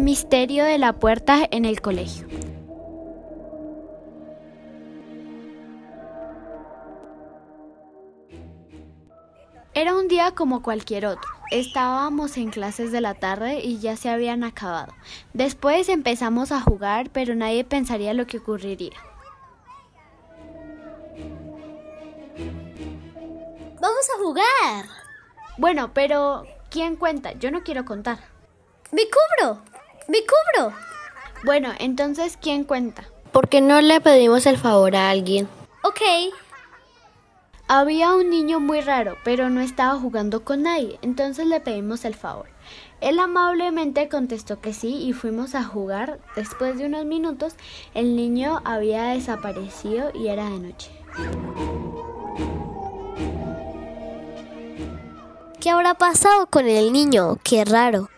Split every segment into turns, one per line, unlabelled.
misterio de la puerta en el colegio. Era un día como cualquier otro. Estábamos en clases de la tarde y ya se habían acabado. Después empezamos a jugar, pero nadie pensaría lo que ocurriría.
Vamos a jugar.
Bueno, pero ¿quién cuenta? Yo no quiero contar.
Me cubro. Me cubro.
Bueno, entonces ¿quién cuenta?
¿Por qué no le pedimos el favor a alguien?
Ok.
Había un niño muy raro, pero no estaba jugando con nadie, entonces le pedimos el favor. Él amablemente contestó que sí y fuimos a jugar. Después de unos minutos, el niño había desaparecido y era de noche.
¿Qué habrá pasado con el niño? Qué raro.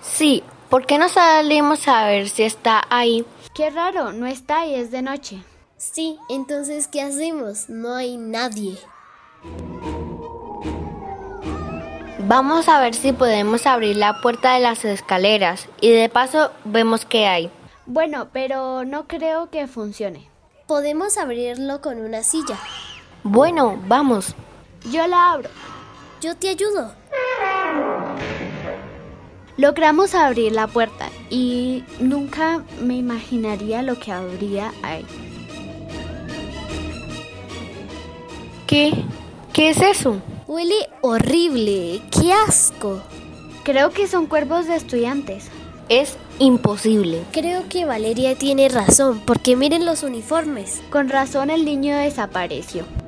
Sí, ¿por qué no salimos a ver si está ahí?
Qué raro, no está y es de noche.
Sí, entonces ¿qué hacemos? No hay nadie.
Vamos a ver si podemos abrir la puerta de las escaleras y de paso vemos qué hay.
Bueno, pero no creo que funcione.
Podemos abrirlo con una silla.
Bueno, vamos.
Yo la abro.
Yo te ayudo.
Logramos abrir la puerta y nunca me imaginaría lo que habría ahí.
¿Qué? ¿Qué es eso?
Huele horrible. ¡Qué asco!
Creo que son cuervos de estudiantes.
Es imposible.
Creo que Valeria tiene razón, porque miren los uniformes.
Con razón el niño desapareció.